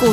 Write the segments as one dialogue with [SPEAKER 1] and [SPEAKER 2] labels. [SPEAKER 1] 股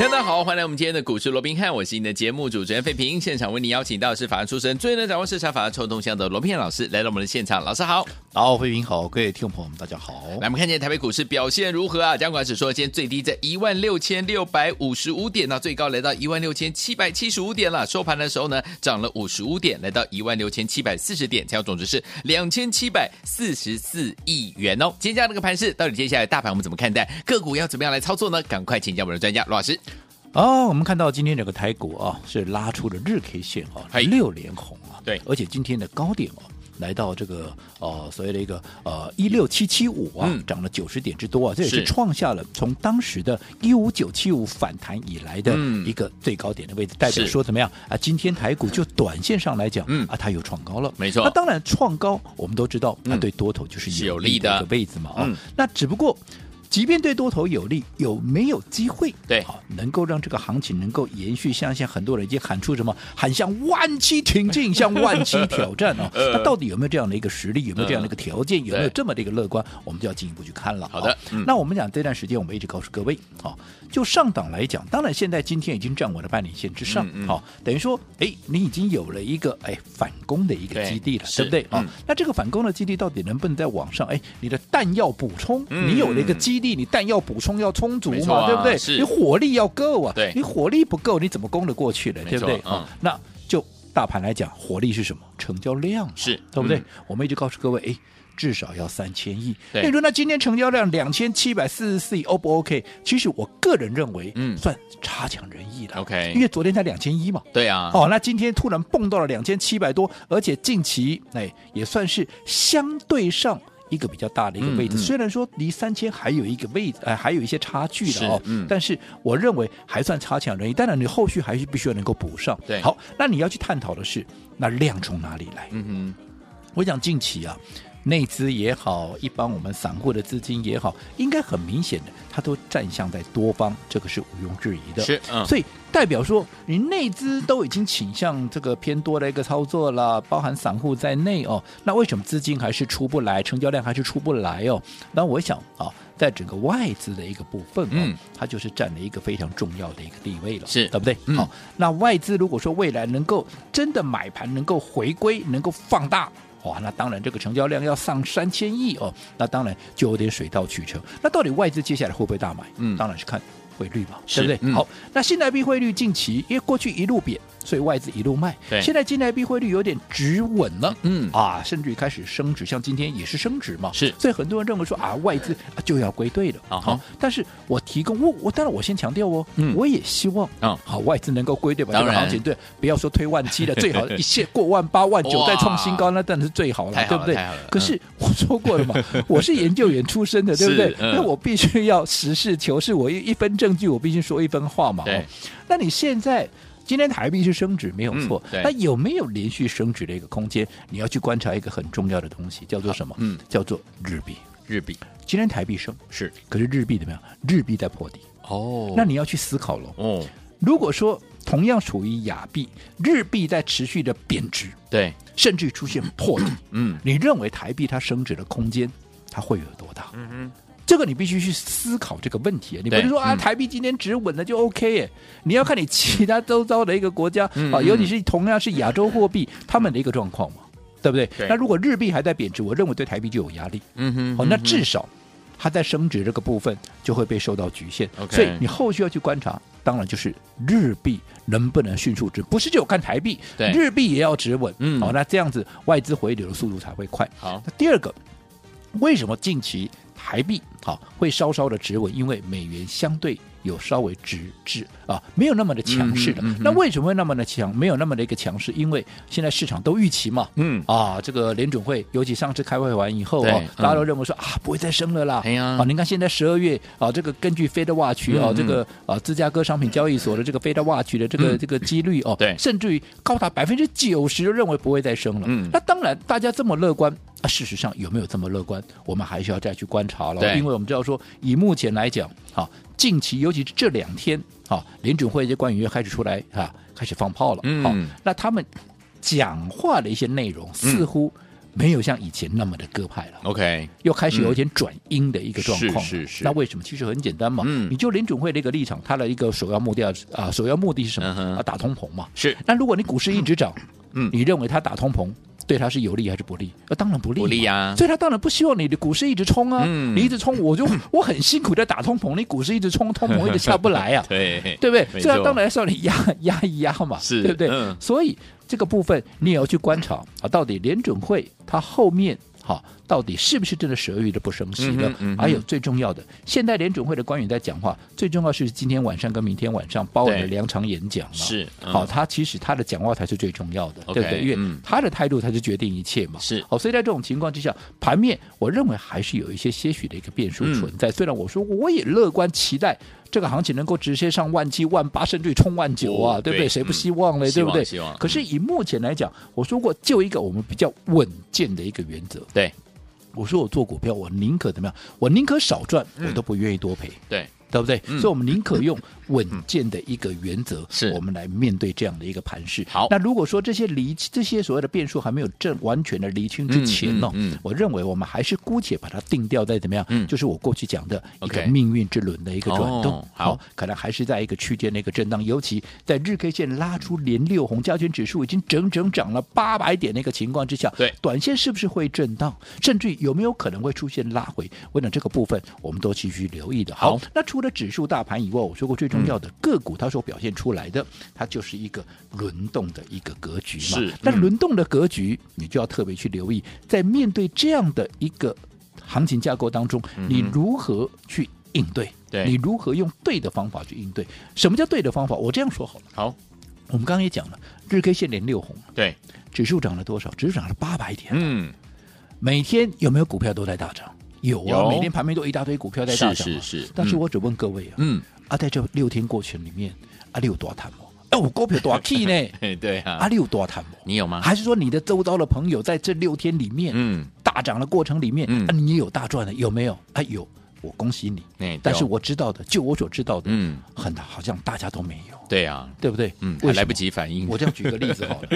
[SPEAKER 2] 大家好，欢迎来我们今天的股市罗宾汉，我是你的节目主持人费平。现场为你邀请到的是法案出身、最能掌握市场法案臭动向的罗宾汉老师来到我们的现场，老师好。
[SPEAKER 3] 老费平好，各位听众朋友们，大家好。
[SPEAKER 2] 来，我们看见台北股市表现如何啊？加管指数今天最低在一万六千六百五十五点呢、最高来到一万六千七百七十五点了。收盘的时候呢，涨了五十五点，来到一万六千七百四十点，成交总值是两千七百四十四亿元哦。今天这样的一个盘势，到底接下来大盘我们怎么看待？个股要怎么样来操作呢？赶快请教我们的专家罗老师。
[SPEAKER 3] 哦，我们看到今天整个台股啊是拉出了日 K 线啊
[SPEAKER 2] 嘿，
[SPEAKER 3] 六连红啊，
[SPEAKER 2] 对
[SPEAKER 3] 而且今天的高点哦、来到这个呃所谓的一个呃一六七七五啊
[SPEAKER 2] 嗯，
[SPEAKER 3] 涨了九十点之多啊，这也
[SPEAKER 2] 是
[SPEAKER 3] 是创下了从当时的一五九七五反弹以来的
[SPEAKER 2] 嗯
[SPEAKER 3] 一个最高点的位置，代表
[SPEAKER 2] 是
[SPEAKER 3] 说怎么样啊？今天台股就短线上来讲，
[SPEAKER 2] 嗯
[SPEAKER 3] 啊，它又创高了，
[SPEAKER 2] 没错
[SPEAKER 3] 那当然创高，我们都知道它
[SPEAKER 2] 嗯
[SPEAKER 3] 对多头就是
[SPEAKER 2] 是有
[SPEAKER 3] 有
[SPEAKER 2] 利
[SPEAKER 3] 利
[SPEAKER 2] 的
[SPEAKER 3] 的一个位置嘛啊
[SPEAKER 2] 嗯，
[SPEAKER 3] 那只不过。即便对多头有利，有没有机会？
[SPEAKER 2] 对
[SPEAKER 3] 好能够让这个行情能够延续，像现在很多人已经喊出什么喊向万期 挺进，向万期挑战哦。
[SPEAKER 2] 呃
[SPEAKER 3] 那到底有没有这样的一个实力？有没有这样的一个条件？有没有
[SPEAKER 2] 对
[SPEAKER 3] 这么的一个乐观？我们就要进一步去看了。
[SPEAKER 2] 好的
[SPEAKER 3] 哦
[SPEAKER 2] 嗯
[SPEAKER 3] 那我们讲这段时间，我们一直告诉各位，好、就上档来讲，当然现在今天已经站稳了半年线之上，好、
[SPEAKER 2] 嗯嗯
[SPEAKER 3] 等于说，哎，你已经有了一个哎反攻的一个
[SPEAKER 2] 对
[SPEAKER 3] 基地了，
[SPEAKER 2] 是
[SPEAKER 3] 对不对？啊、
[SPEAKER 2] 嗯
[SPEAKER 3] 那这个反攻的基地到底能不能在往上？哎，你的弹药补充，
[SPEAKER 2] 嗯
[SPEAKER 3] 你有了一个
[SPEAKER 2] 嗯
[SPEAKER 3] 基地，你弹药补充要充足
[SPEAKER 2] 没错
[SPEAKER 3] 嘛，
[SPEAKER 2] 啊
[SPEAKER 3] 对不对？
[SPEAKER 2] 是
[SPEAKER 3] 你火力要够啊，
[SPEAKER 2] 对
[SPEAKER 3] 你火力不够，你怎么攻得过去呢？
[SPEAKER 2] 没
[SPEAKER 3] 对不
[SPEAKER 2] 错
[SPEAKER 3] 对？
[SPEAKER 2] 嗯
[SPEAKER 3] 啊，那就大盘来讲，火力是什么？成交量嘛
[SPEAKER 2] 是
[SPEAKER 3] 对不对？
[SPEAKER 2] 嗯
[SPEAKER 3] 我们一直告诉各位，哎。至少要三千亿。
[SPEAKER 2] 对
[SPEAKER 3] 那你说，那今天成交量两千七百四十四亿，O 不 OK？其实我个人认为，
[SPEAKER 2] 嗯
[SPEAKER 3] 算差强人意了。
[SPEAKER 2] OK
[SPEAKER 3] 因为昨天才两千一嘛，
[SPEAKER 2] 对啊，
[SPEAKER 3] 哦，那今天突然蹦到了两千七百多，而且近期哎也算是相对上。一个比较大的一个位置，
[SPEAKER 2] 嗯嗯
[SPEAKER 3] 虽然说离三千还有一个位置，哎、还有一些差距的哦
[SPEAKER 2] 是，嗯
[SPEAKER 3] 但是我认为还算差强人意。当然，你后续还是必须要能够补上。
[SPEAKER 2] 对
[SPEAKER 3] 好，那你要去探讨的是，那量从哪里来？
[SPEAKER 2] 嗯
[SPEAKER 3] 我想近期啊，内资也好，一般我们散户的资金也好，应该很明显的，它都站向在多方，这个是毋庸置疑的。
[SPEAKER 2] 哼，是嗯，
[SPEAKER 3] 所以代表说，你内资都已经倾向这个偏多的一个操作了，包含散户在内哦。那为什么资金还是出不来，成交量还是出不来哦？那我想啊、在整个外资的一个部分、哦，
[SPEAKER 2] 嗯，
[SPEAKER 3] 它就是占了一个非常重要的一个地位了，
[SPEAKER 2] 是
[SPEAKER 3] 对不对？
[SPEAKER 2] 嗯
[SPEAKER 3] 好，那外资如果说未来能够真的买盘能够回归，能够放大。哇，那当然，这个成交量要上三千亿哦，那当然就有点水到渠成。那到底外资接下来会不会大买？
[SPEAKER 2] 嗯
[SPEAKER 3] 当然是看汇率嘛，
[SPEAKER 2] 是
[SPEAKER 3] 对不对？
[SPEAKER 2] 嗯
[SPEAKER 3] 好，哦那新台币汇率近期因为过去一路贬，所以外资一路卖
[SPEAKER 2] 对。
[SPEAKER 3] 现在新台币汇率有点止稳了，
[SPEAKER 2] 嗯
[SPEAKER 3] 啊，甚至于开始升值，像今天也是升值嘛。
[SPEAKER 2] 是
[SPEAKER 3] 所以很多人认为说啊，外资啊就要归队了。
[SPEAKER 2] 啊哈
[SPEAKER 3] 好、但是我提供我我当然我先强调哦，
[SPEAKER 2] 嗯
[SPEAKER 3] 我也希望
[SPEAKER 2] 嗯
[SPEAKER 3] 好外资能够归队，把
[SPEAKER 2] 当
[SPEAKER 3] 这个
[SPEAKER 2] 然
[SPEAKER 3] 行情对，不要说推万七了， 最好一线过万八万九
[SPEAKER 2] 哇
[SPEAKER 3] 再创新高，那当然是最好
[SPEAKER 2] 嗯太好了
[SPEAKER 3] 了，对不对
[SPEAKER 2] 太好了？
[SPEAKER 3] 可是我说 过了嘛，我是研究员出身的，对
[SPEAKER 2] 嗯
[SPEAKER 3] 不
[SPEAKER 2] 是
[SPEAKER 3] 对？
[SPEAKER 2] 嗯
[SPEAKER 3] 那我必须要实事求是，我一一分证据我必须说一分话嘛。
[SPEAKER 2] 对
[SPEAKER 3] 哦那你现在今天台币是升值没有错
[SPEAKER 2] 嗯，对
[SPEAKER 3] 那有没有连续升值的一个空间？你要去观察一个很重要的东西，叫做什么？
[SPEAKER 2] 嗯，
[SPEAKER 3] 叫做日币。
[SPEAKER 2] 日币
[SPEAKER 3] 今天台币升，
[SPEAKER 2] 是
[SPEAKER 3] 可是日币怎么样？日币在破底，
[SPEAKER 2] 哦
[SPEAKER 3] 那你要去思考喽。
[SPEAKER 2] 哦，
[SPEAKER 3] 如果说同样属于亚币，日币在持续的贬值，
[SPEAKER 2] 对，
[SPEAKER 3] 甚至出现破底，
[SPEAKER 2] 嗯，
[SPEAKER 3] 你认为台币它升值的空间它会有多大？嗯这个你必须去思考这个问题，你不
[SPEAKER 2] 对
[SPEAKER 3] 是说啊，
[SPEAKER 2] 嗯
[SPEAKER 3] 台币今天只稳了就 OK 耶？你要看你其他周遭的一个国家
[SPEAKER 2] 嗯
[SPEAKER 3] 啊，
[SPEAKER 2] 嗯
[SPEAKER 3] 尤其是同样是亚洲货币，他们的一个状况嘛，对不对
[SPEAKER 2] 对？
[SPEAKER 3] 那如果日币还在贬值，我认为对台币就有压力。
[SPEAKER 2] 嗯哼
[SPEAKER 3] 哦好，那至少它在升值这个部分就会被受到局限。
[SPEAKER 2] OK
[SPEAKER 3] 所以你后续要去观察，当然就是日币能不能迅速止，不是只有看台币
[SPEAKER 2] 对，
[SPEAKER 3] 日币也要止稳。哦
[SPEAKER 2] 嗯
[SPEAKER 3] 好，那这样子外资回流的速度才会快。
[SPEAKER 2] 好，
[SPEAKER 3] 那第二个，为什么近期台币好会稍稍的止稳？因为美元相对。有稍微直滞啊，没有那么的强势了。
[SPEAKER 2] 嗯哼嗯哼
[SPEAKER 3] 那为什么会那么的强？没有那么的一个强势，因为现在市场都预期嘛，
[SPEAKER 2] 嗯，
[SPEAKER 3] 啊，这个联准会，尤其上次开会完以后
[SPEAKER 2] 对
[SPEAKER 3] 哦
[SPEAKER 2] 嗯，
[SPEAKER 3] 大家都认为说、啊，不会再升了啦。
[SPEAKER 2] 哎呀
[SPEAKER 3] 啊，您看现在十二月啊，这个根据 Fed Watch 哦，
[SPEAKER 2] 嗯嗯
[SPEAKER 3] 这个啊芝加哥商品交易所的这个 Fed Watch 的这个、
[SPEAKER 2] 嗯
[SPEAKER 3] 这个几率哦，
[SPEAKER 2] 对
[SPEAKER 3] 甚至于高达百分之九十认为不会再升了。
[SPEAKER 2] 嗯
[SPEAKER 3] 那当然，大家这么乐观，啊，事实上有没有这么乐观，我们还需要再去观察了。
[SPEAKER 2] 对
[SPEAKER 3] 因为我们知道说，以目前来讲，好、近期尤其是这两天，好、联准会这官员又开始出来啊，开始放炮了。
[SPEAKER 2] 嗯
[SPEAKER 3] 好那他们讲话的一些内容
[SPEAKER 2] 嗯
[SPEAKER 3] 似乎没有像以前那么的鸽派了。
[SPEAKER 2] ，OK，
[SPEAKER 3] 又开始有一点转阴的一个状况了、
[SPEAKER 2] 嗯是是是
[SPEAKER 3] 那为什么？其实很简单嘛，
[SPEAKER 2] 嗯
[SPEAKER 3] 你就联准会的一个立场，它的一个首要目的啊、啊首要目的是什么？
[SPEAKER 2] 嗯哼
[SPEAKER 3] 啊，打通膨嘛。
[SPEAKER 2] 是
[SPEAKER 3] 那如果你股市一直涨，
[SPEAKER 2] 嗯
[SPEAKER 3] 你认为它打通膨对它是有利还是不利？呃，当然不利，
[SPEAKER 2] 不利啊
[SPEAKER 3] 所以它当然不希望你的股市一直冲啊，
[SPEAKER 2] 嗯，
[SPEAKER 3] 你一直冲，我就我很辛苦在打通膨，你股市一直冲，通膨一直下不来啊
[SPEAKER 2] 对
[SPEAKER 3] 对不
[SPEAKER 2] 没
[SPEAKER 3] 对？所以它
[SPEAKER 2] 错
[SPEAKER 3] 当然是要你压压一压嘛，
[SPEAKER 2] 是
[SPEAKER 3] 对不对？
[SPEAKER 2] 嗯
[SPEAKER 3] 所以这个部分你也要去观察啊，到底联准会它后面。好，到底是不是真的十二月的不升息了？
[SPEAKER 2] 嗯哼嗯哼
[SPEAKER 3] 还有最重要的，现在联准会的官员在讲话，最重要是今天晚上跟明天晚上鲍尔的
[SPEAKER 2] 对
[SPEAKER 3] 两场演讲嘛。
[SPEAKER 2] 是嗯
[SPEAKER 3] 好，他其实他的讲话才是最重要的
[SPEAKER 2] OK，
[SPEAKER 3] 对不对？因为
[SPEAKER 2] 嗯
[SPEAKER 3] 他的态度才是决定一切嘛。
[SPEAKER 2] 是
[SPEAKER 3] 好，所以在这种情况之下，盘面我认为还是有一些些许的一个变数
[SPEAKER 2] 嗯
[SPEAKER 3] 存在。虽然我说我也乐观期待这个行情能够直接上万七、万八，甚至于冲万九啊，
[SPEAKER 2] 哦
[SPEAKER 3] 对不
[SPEAKER 2] 对
[SPEAKER 3] 对？谁
[SPEAKER 2] 嗯
[SPEAKER 3] 不希望呢？
[SPEAKER 2] 希
[SPEAKER 3] 对不
[SPEAKER 2] 望
[SPEAKER 3] 对
[SPEAKER 2] 希望？嗯
[SPEAKER 3] 可是以目前来讲，我说过就一个我们比较稳健的一个原则。
[SPEAKER 2] 对
[SPEAKER 3] 我说我做股票，我宁可怎么样？我宁可少赚，我都不愿意多赔。
[SPEAKER 2] 对，
[SPEAKER 3] 对不对？
[SPEAKER 2] 嗯
[SPEAKER 3] 所以，我们宁可 用稳健的一个原则，
[SPEAKER 2] 是
[SPEAKER 3] 我们来面对这样的一个盘势。
[SPEAKER 2] 好
[SPEAKER 3] 那如果说这些厘这些所谓的变数还没有正完全的厘清之前呢、
[SPEAKER 2] 嗯嗯嗯
[SPEAKER 3] 我认为我们还是姑且把它定掉在怎么样？
[SPEAKER 2] 嗯
[SPEAKER 3] 就是我过去讲的一个
[SPEAKER 2] OK
[SPEAKER 3] 命运之轮的一个转动。
[SPEAKER 2] 哦好
[SPEAKER 3] 可能还是在一个区间的一个震荡，尤其在日 K 线拉出连六红，加权指数已经整整涨了八百点的一个情况之下，
[SPEAKER 2] 对
[SPEAKER 3] 短线是不是会震荡，甚至于有没有可能会出现拉回？我想这个部分我们都继续留意的。
[SPEAKER 2] 好嗯
[SPEAKER 3] 那除了指数大盘以外，我说过最重要的个股它所表现出来的，它就是一个轮动的一个格局嘛。
[SPEAKER 2] 是
[SPEAKER 3] 那
[SPEAKER 2] 嗯
[SPEAKER 3] 轮动的格局，你就要特别去留意，在面对这样的一个行情架构当中，你如何去应对？
[SPEAKER 2] 嗯对
[SPEAKER 3] 你如何用对的方法去应对？什么叫对的方法？我这样说好了，
[SPEAKER 2] 好，
[SPEAKER 3] 我们刚刚也讲了，日 K 线连六红，
[SPEAKER 2] 对，
[SPEAKER 3] 指数涨了多少？指数涨了八百点。
[SPEAKER 2] 嗯，
[SPEAKER 3] 每天有没有股票都在大涨？有啊，
[SPEAKER 2] 有
[SPEAKER 3] 每天盘面都一大堆股票在大涨、啊。
[SPEAKER 2] 嗯是是是
[SPEAKER 3] 但是我只问各位啊，
[SPEAKER 2] 嗯，
[SPEAKER 3] 啊，在这六天过程里面，啊，你有多谈哦？哎，我股票 多 key 呢？
[SPEAKER 2] 嘿对啊
[SPEAKER 3] 啊，，你有多谈哦？
[SPEAKER 2] 你有吗？
[SPEAKER 3] 还是说你的周遭的朋友在这六天里面，
[SPEAKER 2] 啊嗯，
[SPEAKER 3] 大涨的过程里面，
[SPEAKER 2] 嗯
[SPEAKER 3] 啊，你也有大赚的，有没有？啊，有，我恭喜你。
[SPEAKER 2] 哎对哦
[SPEAKER 3] 但是我知道的，就我所知道的，
[SPEAKER 2] 嗯，
[SPEAKER 3] 很好像大家都没有，
[SPEAKER 2] 对啊，
[SPEAKER 3] 对不对？
[SPEAKER 2] 嗯，
[SPEAKER 3] 为
[SPEAKER 2] 还
[SPEAKER 3] 什
[SPEAKER 2] 来不
[SPEAKER 3] 么。
[SPEAKER 2] 及反应，
[SPEAKER 3] 我这样举个例子好了，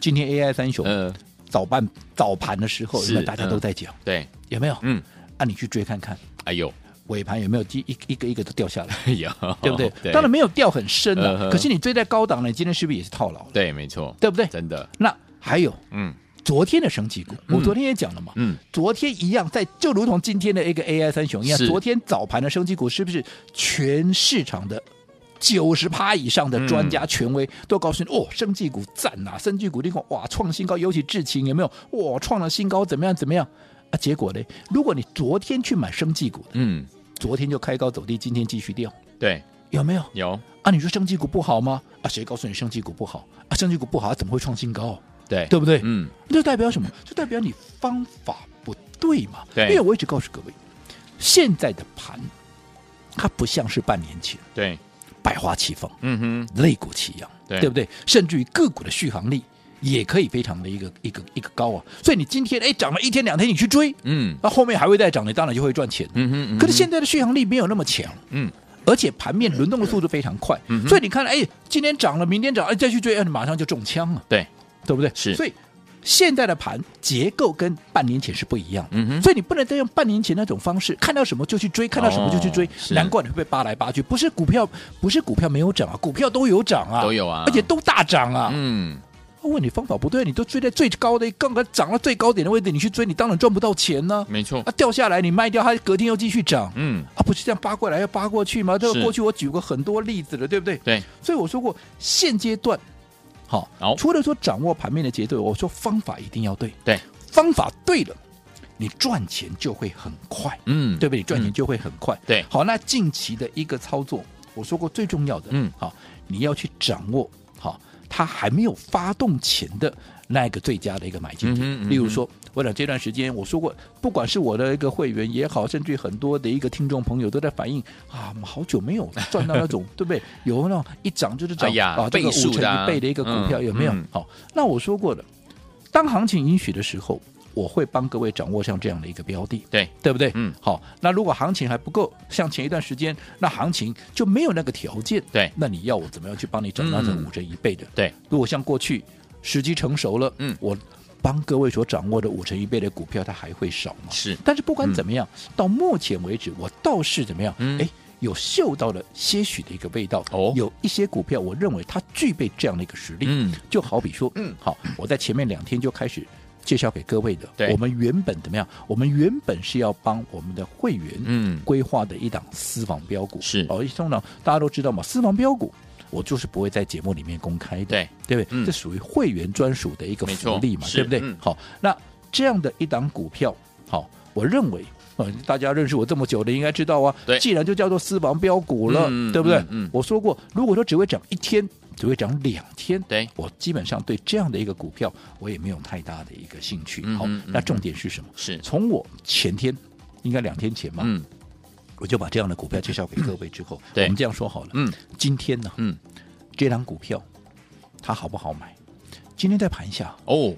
[SPEAKER 3] 今天 AI 三雄
[SPEAKER 2] 呃，
[SPEAKER 3] 早办早盘的时候，
[SPEAKER 2] 是
[SPEAKER 3] 有没有大家
[SPEAKER 2] 嗯
[SPEAKER 3] 都在讲？
[SPEAKER 2] 对，
[SPEAKER 3] 有没有？
[SPEAKER 2] 嗯，
[SPEAKER 3] 啊，你去追看看
[SPEAKER 2] 哎呦，
[SPEAKER 3] 尾盘有没有一一一个一个都掉下来，
[SPEAKER 2] 哎呦，
[SPEAKER 3] 对不对？当然没有掉很深
[SPEAKER 2] 嗯
[SPEAKER 3] 了、
[SPEAKER 2] 哼
[SPEAKER 3] 可是你追在高档呢，你今天是不是也是套牢了？
[SPEAKER 2] 对，没错，
[SPEAKER 3] 对不对？
[SPEAKER 2] 真的，
[SPEAKER 3] 那还有
[SPEAKER 2] 嗯，
[SPEAKER 3] 昨天的升级股，我昨天也讲了嘛，
[SPEAKER 2] 嗯，
[SPEAKER 3] 昨天一样，在就如同今天的一个 AI 三雄一样，
[SPEAKER 2] 是
[SPEAKER 3] 昨天早盘的升级股是不是全市场的？九十趴以上
[SPEAKER 2] 嗯
[SPEAKER 3] 的专家权威都告诉你，哦，生技股赞呐、啊，生技股另外哇创新高，尤其智勤有没有？哇，创了新高，怎么样怎么样啊？结果呢？如果你昨天去买生技股的，
[SPEAKER 2] 嗯，
[SPEAKER 3] 昨天就开高走低，今天继续掉，
[SPEAKER 2] 对，
[SPEAKER 3] 有没有？
[SPEAKER 2] 有，
[SPEAKER 3] 啊，你说生技股不好吗？啊，谁告诉你生技股不好？啊，生技股不好，它怎么会创新高？
[SPEAKER 2] 对，
[SPEAKER 3] 对不对？
[SPEAKER 2] 嗯，
[SPEAKER 3] 这代表什么？这代表你方法不对嘛？
[SPEAKER 2] 对
[SPEAKER 3] 因为我一直告诉各位，现在的盘它不像是半年前
[SPEAKER 2] 对，
[SPEAKER 3] 百花齐放、
[SPEAKER 2] 嗯哼，
[SPEAKER 3] 肋骨齐扬，
[SPEAKER 2] 对
[SPEAKER 3] 不对？甚至于个股的续航力也可以非常的一个一个一个高啊。所以你今天哎涨了一天两天，你去追，
[SPEAKER 2] 嗯，
[SPEAKER 3] 那后面还会再涨，你当然就会赚钱。
[SPEAKER 2] 嗯哼，嗯哼
[SPEAKER 3] 可是现在的续航力没有那么强，
[SPEAKER 2] 嗯，
[SPEAKER 3] 而且盘面轮动的速度非常快，
[SPEAKER 2] 嗯哼
[SPEAKER 3] 所以你看，哎，今天涨了，明天涨，哎，再去追，哎，你马上就中枪了。
[SPEAKER 2] 对，
[SPEAKER 3] 对不对？
[SPEAKER 2] 是
[SPEAKER 3] 所以现在的盘结构跟半年前是不一样的。
[SPEAKER 2] 嗯哼
[SPEAKER 3] 所以你不能再用半年前那种方式，看到什么就去追，看到什么就去追，
[SPEAKER 2] 哦是
[SPEAKER 3] 难怪你会被扒来扒去。不是股票，不是股票没有涨啊，股票都有涨啊，
[SPEAKER 2] 都有啊
[SPEAKER 3] 而且都大涨啊。
[SPEAKER 2] 嗯，
[SPEAKER 3] 问你方法不对，你都追在最高的，刚刚涨到最高点的位置，你去追，你当然赚不到钱呢、
[SPEAKER 2] 没错
[SPEAKER 3] 啊，，掉下来你卖掉，它隔天又继续涨，
[SPEAKER 2] 嗯，
[SPEAKER 3] 啊，不是这样扒过来又扒过去吗？这
[SPEAKER 2] 是
[SPEAKER 3] 个过去我举过很多例子了，对不对？
[SPEAKER 2] 对，
[SPEAKER 3] 所以我说过，现阶段好，
[SPEAKER 2] 好
[SPEAKER 3] 除了说掌握盘面的节奏，我说方法一定要对，
[SPEAKER 2] 对，
[SPEAKER 3] 方法对了，你赚钱就会很快，
[SPEAKER 2] 嗯，
[SPEAKER 3] 对不对？你赚钱就会很快，
[SPEAKER 2] 对
[SPEAKER 3] 好，那近期的一个操作，我说过最重要的，
[SPEAKER 2] 嗯
[SPEAKER 3] 好，你要去掌握好它还没有发动前的那个最佳的一个买进点。
[SPEAKER 2] 嗯哼嗯哼
[SPEAKER 3] 例如说，我讲这段时间我说过，不管是我的一个会员也好，甚至很多的一个听众朋友都在反映啊，我们好久没有赚到那种对不对？有那种一涨就是涨、
[SPEAKER 2] 哎呀
[SPEAKER 3] 啊，这个
[SPEAKER 2] 倍数
[SPEAKER 3] 五成
[SPEAKER 2] 的啊
[SPEAKER 3] 一倍的一个股票、
[SPEAKER 2] 嗯
[SPEAKER 3] 有没有
[SPEAKER 2] 嗯？
[SPEAKER 3] 好，那我说过了，当行情允许的时候，我会帮各位掌握像这样的一个标的，
[SPEAKER 2] 对，
[SPEAKER 3] 对不对？
[SPEAKER 2] 嗯
[SPEAKER 3] 好，那如果行情还不够，像前一段时间，那行情就没有那个条件，
[SPEAKER 2] 对
[SPEAKER 3] 那你要我怎么样去帮你找到这
[SPEAKER 2] 嗯
[SPEAKER 3] 五折一倍的？
[SPEAKER 2] 对，
[SPEAKER 3] 如果像过去时机成熟了，
[SPEAKER 2] 嗯
[SPEAKER 3] 我帮各位所掌握的五成一倍的股票，它还会少吗？
[SPEAKER 2] 是
[SPEAKER 3] 但是不管怎么样，到目前为止，我倒是怎么样？哎、
[SPEAKER 2] 嗯
[SPEAKER 3] 有嗅到了些许的一个味道。
[SPEAKER 2] 哦
[SPEAKER 3] 有一些股票，我认为它具备这样的一个实力。
[SPEAKER 2] 嗯，
[SPEAKER 3] 就好比说，嗯，好，我在前面两天就开始。介绍给各位的
[SPEAKER 2] 对，
[SPEAKER 3] 我们原本怎么样？我们原本是要帮我们的会员，
[SPEAKER 2] 嗯
[SPEAKER 3] 规划的一档私房标股
[SPEAKER 2] 是
[SPEAKER 3] 哦，通常大家都知道嘛，私房标股我就是不会在节目里面公开的，
[SPEAKER 2] 对
[SPEAKER 3] 对不对？
[SPEAKER 2] 嗯
[SPEAKER 3] 这属于会员专属的一个
[SPEAKER 2] 没错
[SPEAKER 3] 福利嘛，
[SPEAKER 2] 是
[SPEAKER 3] 对不对？
[SPEAKER 2] 嗯
[SPEAKER 3] 好，那这样的一档股票，好，我认为。呃大家认识我这么久的，应该知道啊。
[SPEAKER 2] 对
[SPEAKER 3] 既然就叫做私房标股了，
[SPEAKER 2] 嗯嗯
[SPEAKER 3] 对不对？
[SPEAKER 2] 嗯嗯
[SPEAKER 3] 我说过，如果说只会涨一天，只会涨两天，
[SPEAKER 2] 对
[SPEAKER 3] 我基本上对这样的一个股票，我也没有太大的一个兴趣。
[SPEAKER 2] 嗯
[SPEAKER 3] 好
[SPEAKER 2] 嗯，嗯
[SPEAKER 3] 那重点是什么？
[SPEAKER 2] 是，
[SPEAKER 3] 从我前天，应该两天前嘛，
[SPEAKER 2] 嗯，
[SPEAKER 3] 我就把这样的股票介绍给各位之后，
[SPEAKER 2] 对
[SPEAKER 3] 我们这样说好了，
[SPEAKER 2] 嗯，
[SPEAKER 3] 今天呢，
[SPEAKER 2] 嗯，
[SPEAKER 3] 这档股票它好不好买？今天在盘下，
[SPEAKER 2] 哦，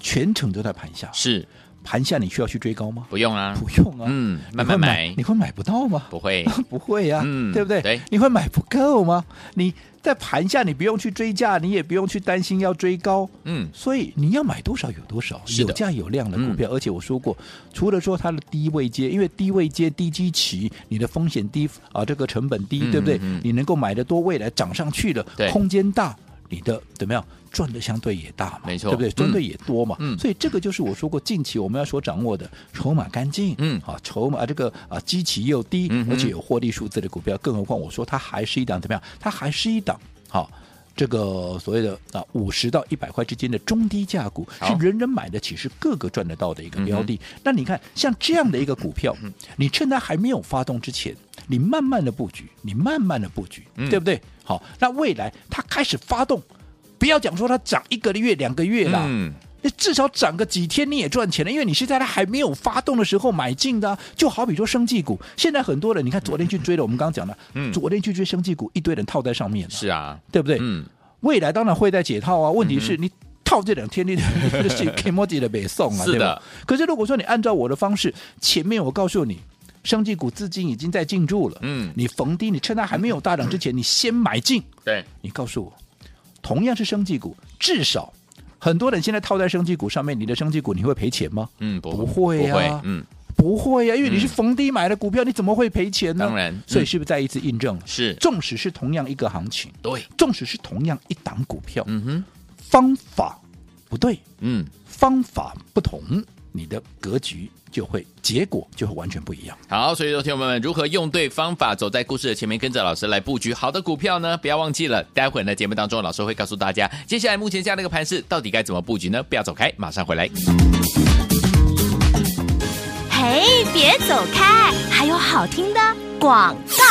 [SPEAKER 3] 全程都在盘下，
[SPEAKER 2] 是
[SPEAKER 3] 盘下你需要去追高吗？
[SPEAKER 2] 不用啊，
[SPEAKER 3] 不用啊，
[SPEAKER 2] 嗯
[SPEAKER 3] 你会
[SPEAKER 2] 慢慢买
[SPEAKER 3] 你会买不到吗？
[SPEAKER 2] 不会，
[SPEAKER 3] 不会呀、
[SPEAKER 2] 嗯
[SPEAKER 3] 对不对？
[SPEAKER 2] 对
[SPEAKER 3] 你会买不够吗？你在盘下，你不用去追价，你也不用去担心要追高，
[SPEAKER 2] 嗯，
[SPEAKER 3] 所以你要买多少有多少，
[SPEAKER 2] 是的嗯
[SPEAKER 3] 有价有量的股票。而且我说过，除了说它的低位接，因为低位接低基期，你的风险低啊，这个成本低，
[SPEAKER 2] 嗯
[SPEAKER 3] 对不对？
[SPEAKER 2] 嗯嗯
[SPEAKER 3] 你能够买的多，未来涨上去了
[SPEAKER 2] 对，
[SPEAKER 3] 空间大。你的怎么样赚的相对也大嘛，
[SPEAKER 2] 没错
[SPEAKER 3] 对不对？
[SPEAKER 2] 嗯
[SPEAKER 3] 赚的也多嘛，
[SPEAKER 2] 嗯
[SPEAKER 3] 所以这个就是我说过，近期我们要所掌握的筹码干净，
[SPEAKER 2] 嗯
[SPEAKER 3] 啊，筹码啊这个啊基期又低
[SPEAKER 2] 嗯，哼
[SPEAKER 3] 而且有获利数字的股票，更何况我说它还是一档怎么样？它还是一档好。这个所谓的啊五十到一百块之间的中低价股，
[SPEAKER 2] 好
[SPEAKER 3] 是人人买得起，是个个赚得到的一个标的。那你看，像这样的一个股票，
[SPEAKER 2] 嗯
[SPEAKER 3] 你趁它还没有发动之前，你慢慢的布局，你慢慢的布局，
[SPEAKER 2] 嗯
[SPEAKER 3] 对不对？好，那未来它开始发动，不要讲说它涨一个月、两个月啦，
[SPEAKER 2] 嗯，
[SPEAKER 3] 那至少涨个几天你也赚钱了，因为你是在它还没有发动的时候买进的啊、就好比说生技股，现在很多人你看昨天去追的，我们刚刚讲了，
[SPEAKER 2] 嗯
[SPEAKER 3] 昨天去追生技股，一堆人套在上面了，
[SPEAKER 2] 是啊，
[SPEAKER 3] 对不对？
[SPEAKER 2] 嗯，
[SPEAKER 3] 未来当然会在解套啊，问题是你。套这两天你就是 K m o d i 的北送啊，
[SPEAKER 2] 是的
[SPEAKER 3] 对吧？可是如果说你按照我的方式，前面我告诉你，生技股资金已经在进驻了，
[SPEAKER 2] 嗯
[SPEAKER 3] 你逢低，你趁它还没有大涨之前，你先买进，
[SPEAKER 2] 对，
[SPEAKER 3] 你告诉我，同样是生技股，至少很多人现在套在生技股上面，你的生技股你会赔钱吗？
[SPEAKER 2] 嗯，不
[SPEAKER 3] 不会
[SPEAKER 2] 不会
[SPEAKER 3] 啊，
[SPEAKER 2] 嗯，
[SPEAKER 3] 不会呀、因为你是逢低买的股票，你怎么会赔钱呢？
[SPEAKER 2] 当然嗯
[SPEAKER 3] 所以是不是再一次印证了？
[SPEAKER 2] 是
[SPEAKER 3] 纵使是同样一个行情，
[SPEAKER 2] 对，
[SPEAKER 3] 纵使是同样一档股票，
[SPEAKER 2] 嗯哼，
[SPEAKER 3] 方法不对，
[SPEAKER 2] 嗯，
[SPEAKER 3] 方法不同，你的格局就会结果就会完全不一样。
[SPEAKER 2] 好，所以说，听友们如何用对方法，走在故事的前面，跟着老师来布局好的股票呢？不要忘记了，待会呢节目当中，老师会告诉大家，接下来目前这样的一个盘势到底该怎么布局呢？不要走开，马上回来。
[SPEAKER 1] 嘿，别走开，还有好听的广告。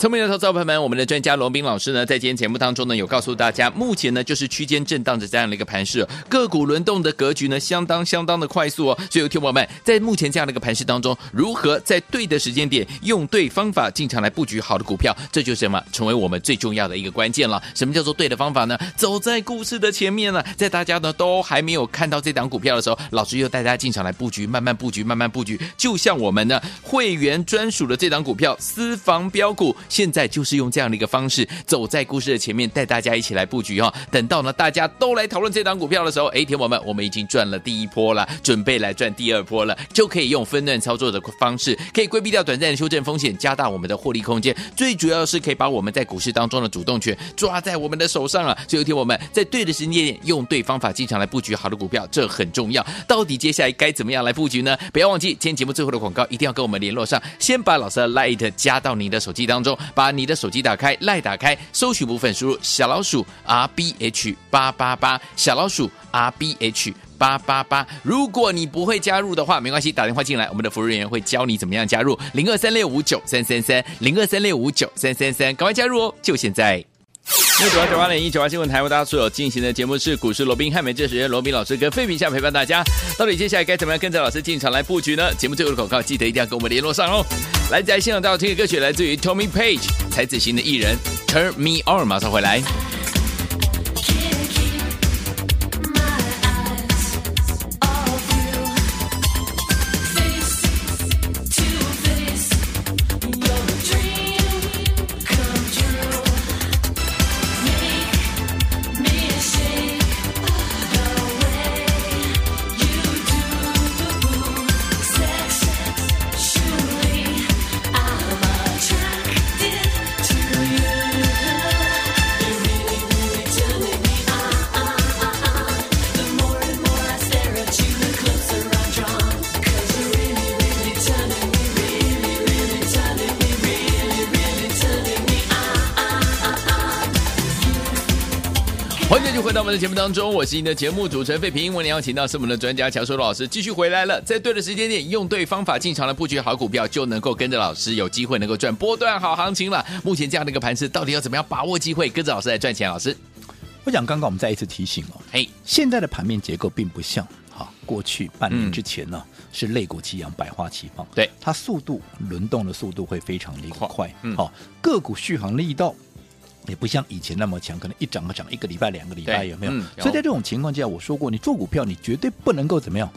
[SPEAKER 2] 聪明的投资者朋友们，我们的专家罗斌老师呢，在今天节目当中呢，有告诉大家，目前呢就是区间震荡的这样的一个盘势哦，个股轮动的格局呢，相当相当的快速哦。所以，有听众朋友们，在目前这样的一个盘势当中，如何在对的时间点，用对方法进场来布局好的股票，这就是什么？成为我们最重要的一个关键了。什么叫做对的方法呢？走在故事的前面呢，在大家呢都还没有看到这档股票的时候，老师又带大家进场来布局，慢慢布局，慢慢布局。就像我们呢会员专属的这档股票私房标股，现在就是用这样的一个方式，走在故事的前面，带大家一起来布局哈、等到呢大家都来讨论这档股票的时候，哎，天王们，我们已经赚了第一波了，准备来赚第二波了，就可以用分段操作的方式，可以规避掉短暂的修正风险，加大我们的获利空间。最主要是可以把我们在股市当中的主动权抓在我们的手上啊！所以，有天我们在对的时间点，用对方法进场来布局好的股票，这很重要。到底接下来该怎么样来布局呢？不要忘记，今天节目最后的广告一定要跟我们联络上，先把老师的 Light 加到你的手机当中，把你的手机打开，Light 打开，搜寻部分输入小老鼠 R B H 八八八，小老鼠 R B H。八八八。如果你不会加入的话，没关系，打电话进来，我们的服务人员会教你怎么样加入零二三六五九三三三零二三六五九三三三，赶快加入哦，就现在。六九八九八零一九八新闻台为大家所有进行的节目是股市罗宾汉美这时间罗宾老师跟费品下陪伴大家。到底接下来该怎么样跟着老师进场来布局呢？节目最后的广告记得一定要跟我们联络上哦。来自现场到听的歌曲来自于 Tommy Page 才子型的艺人 Turn Me On，马上回来。
[SPEAKER 4] Can't keep my eyes off you.
[SPEAKER 2] 欢迎继续回到我们的节目当中，我是您的节目主持人费平。我们邀请到是我们的专家乔叔老师继续回来了，在对的时间点，用对方法进场来布局好股票，就能够跟着老师有机会能够赚波段好行情了。目前这样的一个盘势，到底要怎么样把握机会，跟着老师来赚钱？老师，
[SPEAKER 3] 我想刚刚我们再一次提醒哦，
[SPEAKER 2] 嘿，
[SPEAKER 3] 现在的盘面结构并不像哈过去半
[SPEAKER 2] 嗯
[SPEAKER 3] 年之前呢、是肋骨齐扬，百花齐放。
[SPEAKER 2] 对，
[SPEAKER 3] 它速度轮动的速度会非常的一个
[SPEAKER 2] 快
[SPEAKER 3] 快，
[SPEAKER 2] 嗯
[SPEAKER 3] 好、个股续航力道。也不像以前那么强，可能一涨个涨一个礼拜、两个礼拜，
[SPEAKER 2] 对
[SPEAKER 3] 有没有？
[SPEAKER 2] 嗯有
[SPEAKER 3] 所以在这种情况之下，我说过，你做股票，你绝对不能够怎么样，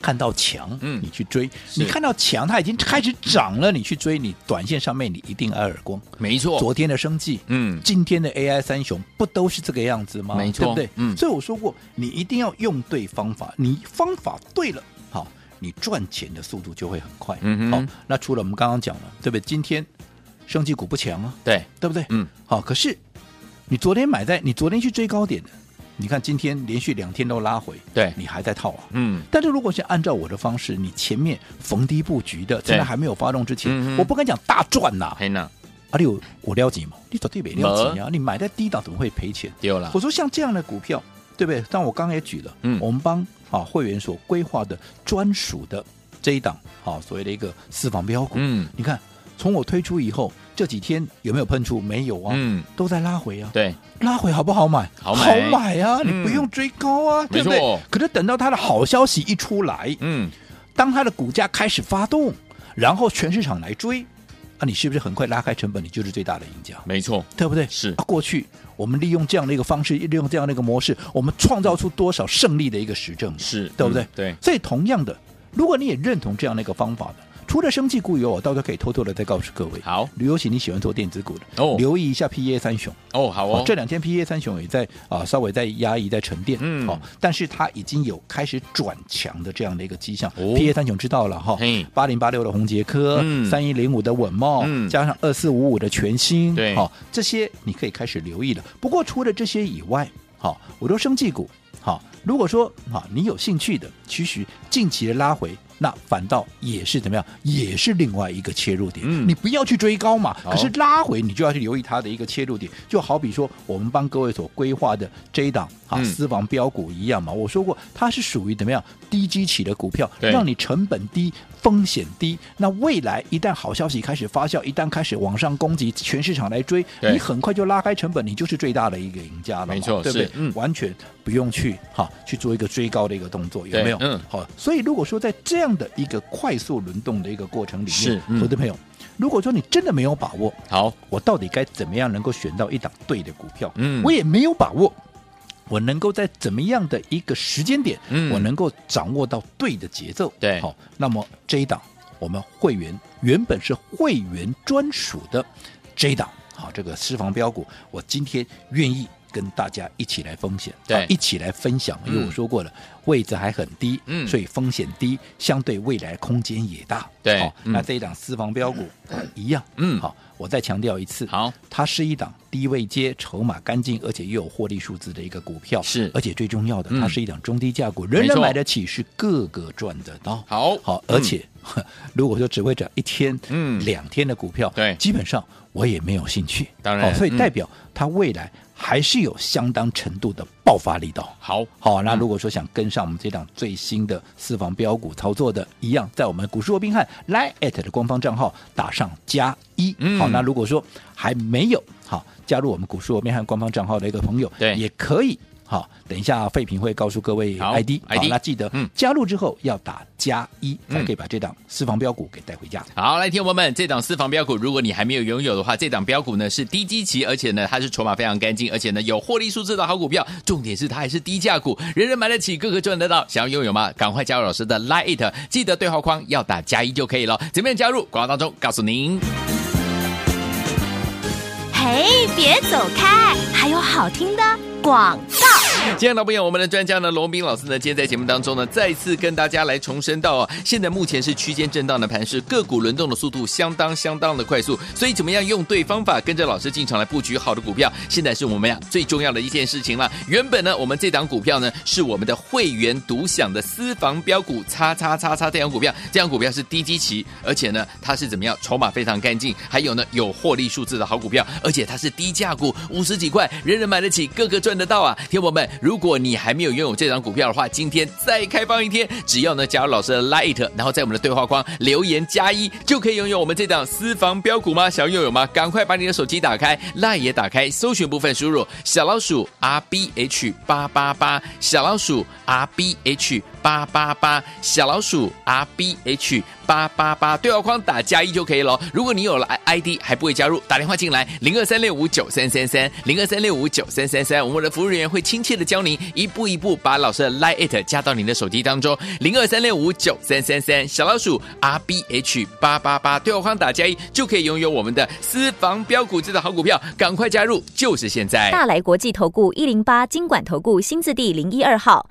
[SPEAKER 3] 看到强，
[SPEAKER 2] 嗯
[SPEAKER 3] 你去追；
[SPEAKER 2] 是
[SPEAKER 3] 你看到强，它已经开始涨了，你去追，你短线上面你一定挨耳光。
[SPEAKER 2] 没错，
[SPEAKER 3] 昨天的生计，
[SPEAKER 2] 嗯
[SPEAKER 3] 今天的 AI 三雄不都是这个样子吗？
[SPEAKER 2] 没错
[SPEAKER 3] 对不对？
[SPEAKER 2] 嗯
[SPEAKER 3] 所以我说过，你一定要用对方法，你方法对了，好，你赚钱的速度就会很快。
[SPEAKER 2] 嗯哼
[SPEAKER 3] 好，那除了我们刚刚讲了，对不对？今天生技股不强啊，
[SPEAKER 2] 对，
[SPEAKER 3] 对不对？
[SPEAKER 2] 嗯，
[SPEAKER 3] 好，可是你昨天买在，你昨天去追高点的，你看今天连续两天都拉回，
[SPEAKER 2] 对
[SPEAKER 3] 你还在套啊，
[SPEAKER 2] 嗯，
[SPEAKER 3] 但是如果是按照我的方式，你前面逢低布局的，
[SPEAKER 2] 对
[SPEAKER 3] 在它还没有发动之前，
[SPEAKER 2] 嗯哼
[SPEAKER 3] 我不敢讲大赚呐、
[SPEAKER 2] 黑娜
[SPEAKER 3] 啊，你有我了解吗？你绝对没了解啊！你买在低档怎么会赔钱？
[SPEAKER 2] 丢了
[SPEAKER 3] 我，说像这样的股票，对不对？但我刚刚也举了，
[SPEAKER 2] 啊嗯
[SPEAKER 3] 我们帮啊会员所规划的专属的这一档啊所谓的一个私房标股，
[SPEAKER 2] 嗯
[SPEAKER 3] 你看从我推出以后这几天有没有喷出？没有啊，
[SPEAKER 2] 嗯，
[SPEAKER 3] 都在拉回啊。
[SPEAKER 2] 对，
[SPEAKER 3] 拉回好不好买？
[SPEAKER 2] 好买
[SPEAKER 3] 啊！
[SPEAKER 2] 嗯
[SPEAKER 3] 你不用追高啊，
[SPEAKER 2] 没
[SPEAKER 3] 对不对
[SPEAKER 2] 错？
[SPEAKER 3] 可是等到它的好消息一出来，
[SPEAKER 2] 嗯，
[SPEAKER 3] 当它的股价开始发动，然后全市场来追，啊，你是不是很快拉开成本？你就是最大的赢家，
[SPEAKER 2] 没错，
[SPEAKER 3] 对不对？
[SPEAKER 2] 是
[SPEAKER 3] 啊，过去我们利用这样的一个方式，利用这样的一个模式，我们创造出多少胜利的一个实证，
[SPEAKER 2] 是
[SPEAKER 3] 对不对？
[SPEAKER 2] 嗯对
[SPEAKER 3] 所以同样的，如果你也认同这样的一个方法的。除了生技股以外，我到时候可以偷偷的再告诉各位，
[SPEAKER 2] 好，
[SPEAKER 3] 尤其你喜欢做电子股的，
[SPEAKER 2] 哦
[SPEAKER 3] 留意一下 P A 三雄，
[SPEAKER 2] 哦，好
[SPEAKER 3] 哦
[SPEAKER 2] 哦，，
[SPEAKER 3] 这两天 P A 三雄也在啊稍微在压抑在沉淀，
[SPEAKER 2] 嗯
[SPEAKER 3] 哦，但是它已经有开始转强的这样的一个迹象。
[SPEAKER 2] 哦
[SPEAKER 3] P A 三雄知道了哈
[SPEAKER 2] 嘿，
[SPEAKER 3] 八零八六的红杰科
[SPEAKER 2] 嗯，
[SPEAKER 3] 三一零五的稳茂，
[SPEAKER 2] 嗯
[SPEAKER 3] 加上二四五五的全新，
[SPEAKER 2] 对
[SPEAKER 3] 好、这些你可以开始留意了。不过除了这些以外，好、我说生技股，好、如果说啊、你有兴趣的，其实近期的拉回。那反倒也是怎么样，也是另外一个切入点。
[SPEAKER 2] 嗯
[SPEAKER 3] 你不要去追高嘛，
[SPEAKER 2] 好
[SPEAKER 3] 可是拉回你就要去留意它的一个切入点，就好比说我们帮各位所规划的这一档啊
[SPEAKER 2] 嗯
[SPEAKER 3] 私房标股一样嘛。我说过它是属于怎么样低基期的股票，
[SPEAKER 2] 对
[SPEAKER 3] 让你成本低、风险低。那未来一旦好消息开始发酵，一旦开始往上攻击，全市场来追，
[SPEAKER 2] 对
[SPEAKER 3] 你很快就拉开成本，你就是最大的一个赢家了嘛，
[SPEAKER 2] 没错
[SPEAKER 3] 对不对
[SPEAKER 2] 是？嗯
[SPEAKER 3] 完全不用去哈去做一个追高的一个动作，有没有？
[SPEAKER 2] 对嗯
[SPEAKER 3] 好，所以如果说在这样的一个快速轮动的一个过程里
[SPEAKER 2] 是
[SPEAKER 3] 面，
[SPEAKER 2] 嗯
[SPEAKER 3] 投资朋友，如果说你真的没有把握，
[SPEAKER 2] 好，
[SPEAKER 3] 我到底该怎么样能够选到一档对的股票？
[SPEAKER 2] 嗯
[SPEAKER 3] 我也没有把握。我能够在怎么样的一个时间点，
[SPEAKER 2] 嗯
[SPEAKER 3] 我能够掌握到对的节奏，
[SPEAKER 2] 对
[SPEAKER 3] 好，那么这一档我们会员原本是会员专属的这一档，好，这个私房标股，我今天愿意跟大家一起来风险，
[SPEAKER 2] 对
[SPEAKER 3] 好一起来分享，因为
[SPEAKER 2] 嗯
[SPEAKER 3] 我说过了，位置还很低，
[SPEAKER 2] 嗯
[SPEAKER 3] 所以风险低，相对未来空间也大，
[SPEAKER 2] 对
[SPEAKER 3] 好，
[SPEAKER 2] 嗯
[SPEAKER 3] 那这一档私房标股呃一样，
[SPEAKER 2] 嗯
[SPEAKER 3] 好，啊我再强调一次，
[SPEAKER 2] 好，
[SPEAKER 3] 它是一档低位接、筹码干净，而且又有获利数字的一个股票，
[SPEAKER 2] 是
[SPEAKER 3] 而且最重要的，
[SPEAKER 2] 嗯
[SPEAKER 3] 它是一档中低价股，人
[SPEAKER 2] 没
[SPEAKER 3] 人
[SPEAKER 2] 错
[SPEAKER 3] 买得起，是个个赚得到，
[SPEAKER 2] 好
[SPEAKER 3] 好，
[SPEAKER 2] 嗯
[SPEAKER 3] 而且、 呵如果说只会涨一天、
[SPEAKER 2] 嗯
[SPEAKER 3] 两天的股票，
[SPEAKER 2] 对
[SPEAKER 3] 基本上我也没有兴趣，
[SPEAKER 2] 当然
[SPEAKER 3] 好所以
[SPEAKER 2] 嗯
[SPEAKER 3] 代表它未来还是有相当程度的爆发力道。
[SPEAKER 2] 好，
[SPEAKER 3] 好，那如果说想跟上我们这档最新的私房标股操作的，一样在我们股市罗宾汉 Line at 的官方账号打上加一。
[SPEAKER 2] 嗯
[SPEAKER 3] 好，那如果说还没有好加入我们股市罗宾汉官方账号的一个朋友，
[SPEAKER 2] 对
[SPEAKER 3] 也可以。好，等一下，费平会告诉各位
[SPEAKER 2] 好
[SPEAKER 3] ID。
[SPEAKER 2] ID
[SPEAKER 3] 那记得
[SPEAKER 2] 嗯
[SPEAKER 3] 加入之后要打加一，
[SPEAKER 2] 嗯
[SPEAKER 3] 才可以把这档私房标股给带回家。
[SPEAKER 2] 好，来，听众朋友们，这档私房标股，如果你还没有拥有的话，这档标股呢是低基期，而且呢它是筹码非常干净，而且呢有获利数字的好股票，重点是它还是低价股，人人买得起，个个赚得到。想要拥有吗？赶快加入老师的 Line It，记得对话框要打加一就可以了。怎么样加入？广告当中告诉您。
[SPEAKER 1] 嘿，别走开，还有好听的广告。
[SPEAKER 2] 亲爱的朋友我们的专家呢，龙斌老师呢，今天在节目当中呢，再次跟大家来重申到啊，现在目前是区间震荡的盘势，个股轮动的速度相当相当的快速，所以怎么样用对方法，跟着老师进场来布局好的股票，现在是我们呀最重要的一件事情了。原本呢，我们这档股票呢，是我们的会员独享的私房标股叉叉叉叉这档股票，这档股票是低基期，而且呢，它是怎么样，筹码非常干净，还有呢有获利数字的好股票，而且它是低价股，五十几块，人人买得起，个个赚得到啊！听众朋友们，如果你还没有拥有这张股票的话，今天再开放一天，只要呢加入老师的 Light，然后在我们的对话框留言加一，就可以拥有我们这档私房标股吗？想要拥有吗？赶快把你的手机打开，Light 也打开，搜寻部分输入小老鼠 R B H 八八八，小老鼠 R B H。八八八，小老鼠 R B H 八八八，对话框打加一就可以了。如果你有了 I D 还不会加入，打电话进来零二三六五九三三三零二三六五九三三三，我们的服务人员会亲切的教您一步一步把老师的 Line It 加到您的手机当中零二三六五九三三三小老鼠 R B H 八八八，对话框打加一就可以拥有我们的私房标股制的好股票，赶快加入，就是现在。
[SPEAKER 5] 大来国际投顾一零八金管投顾新字第零一二号。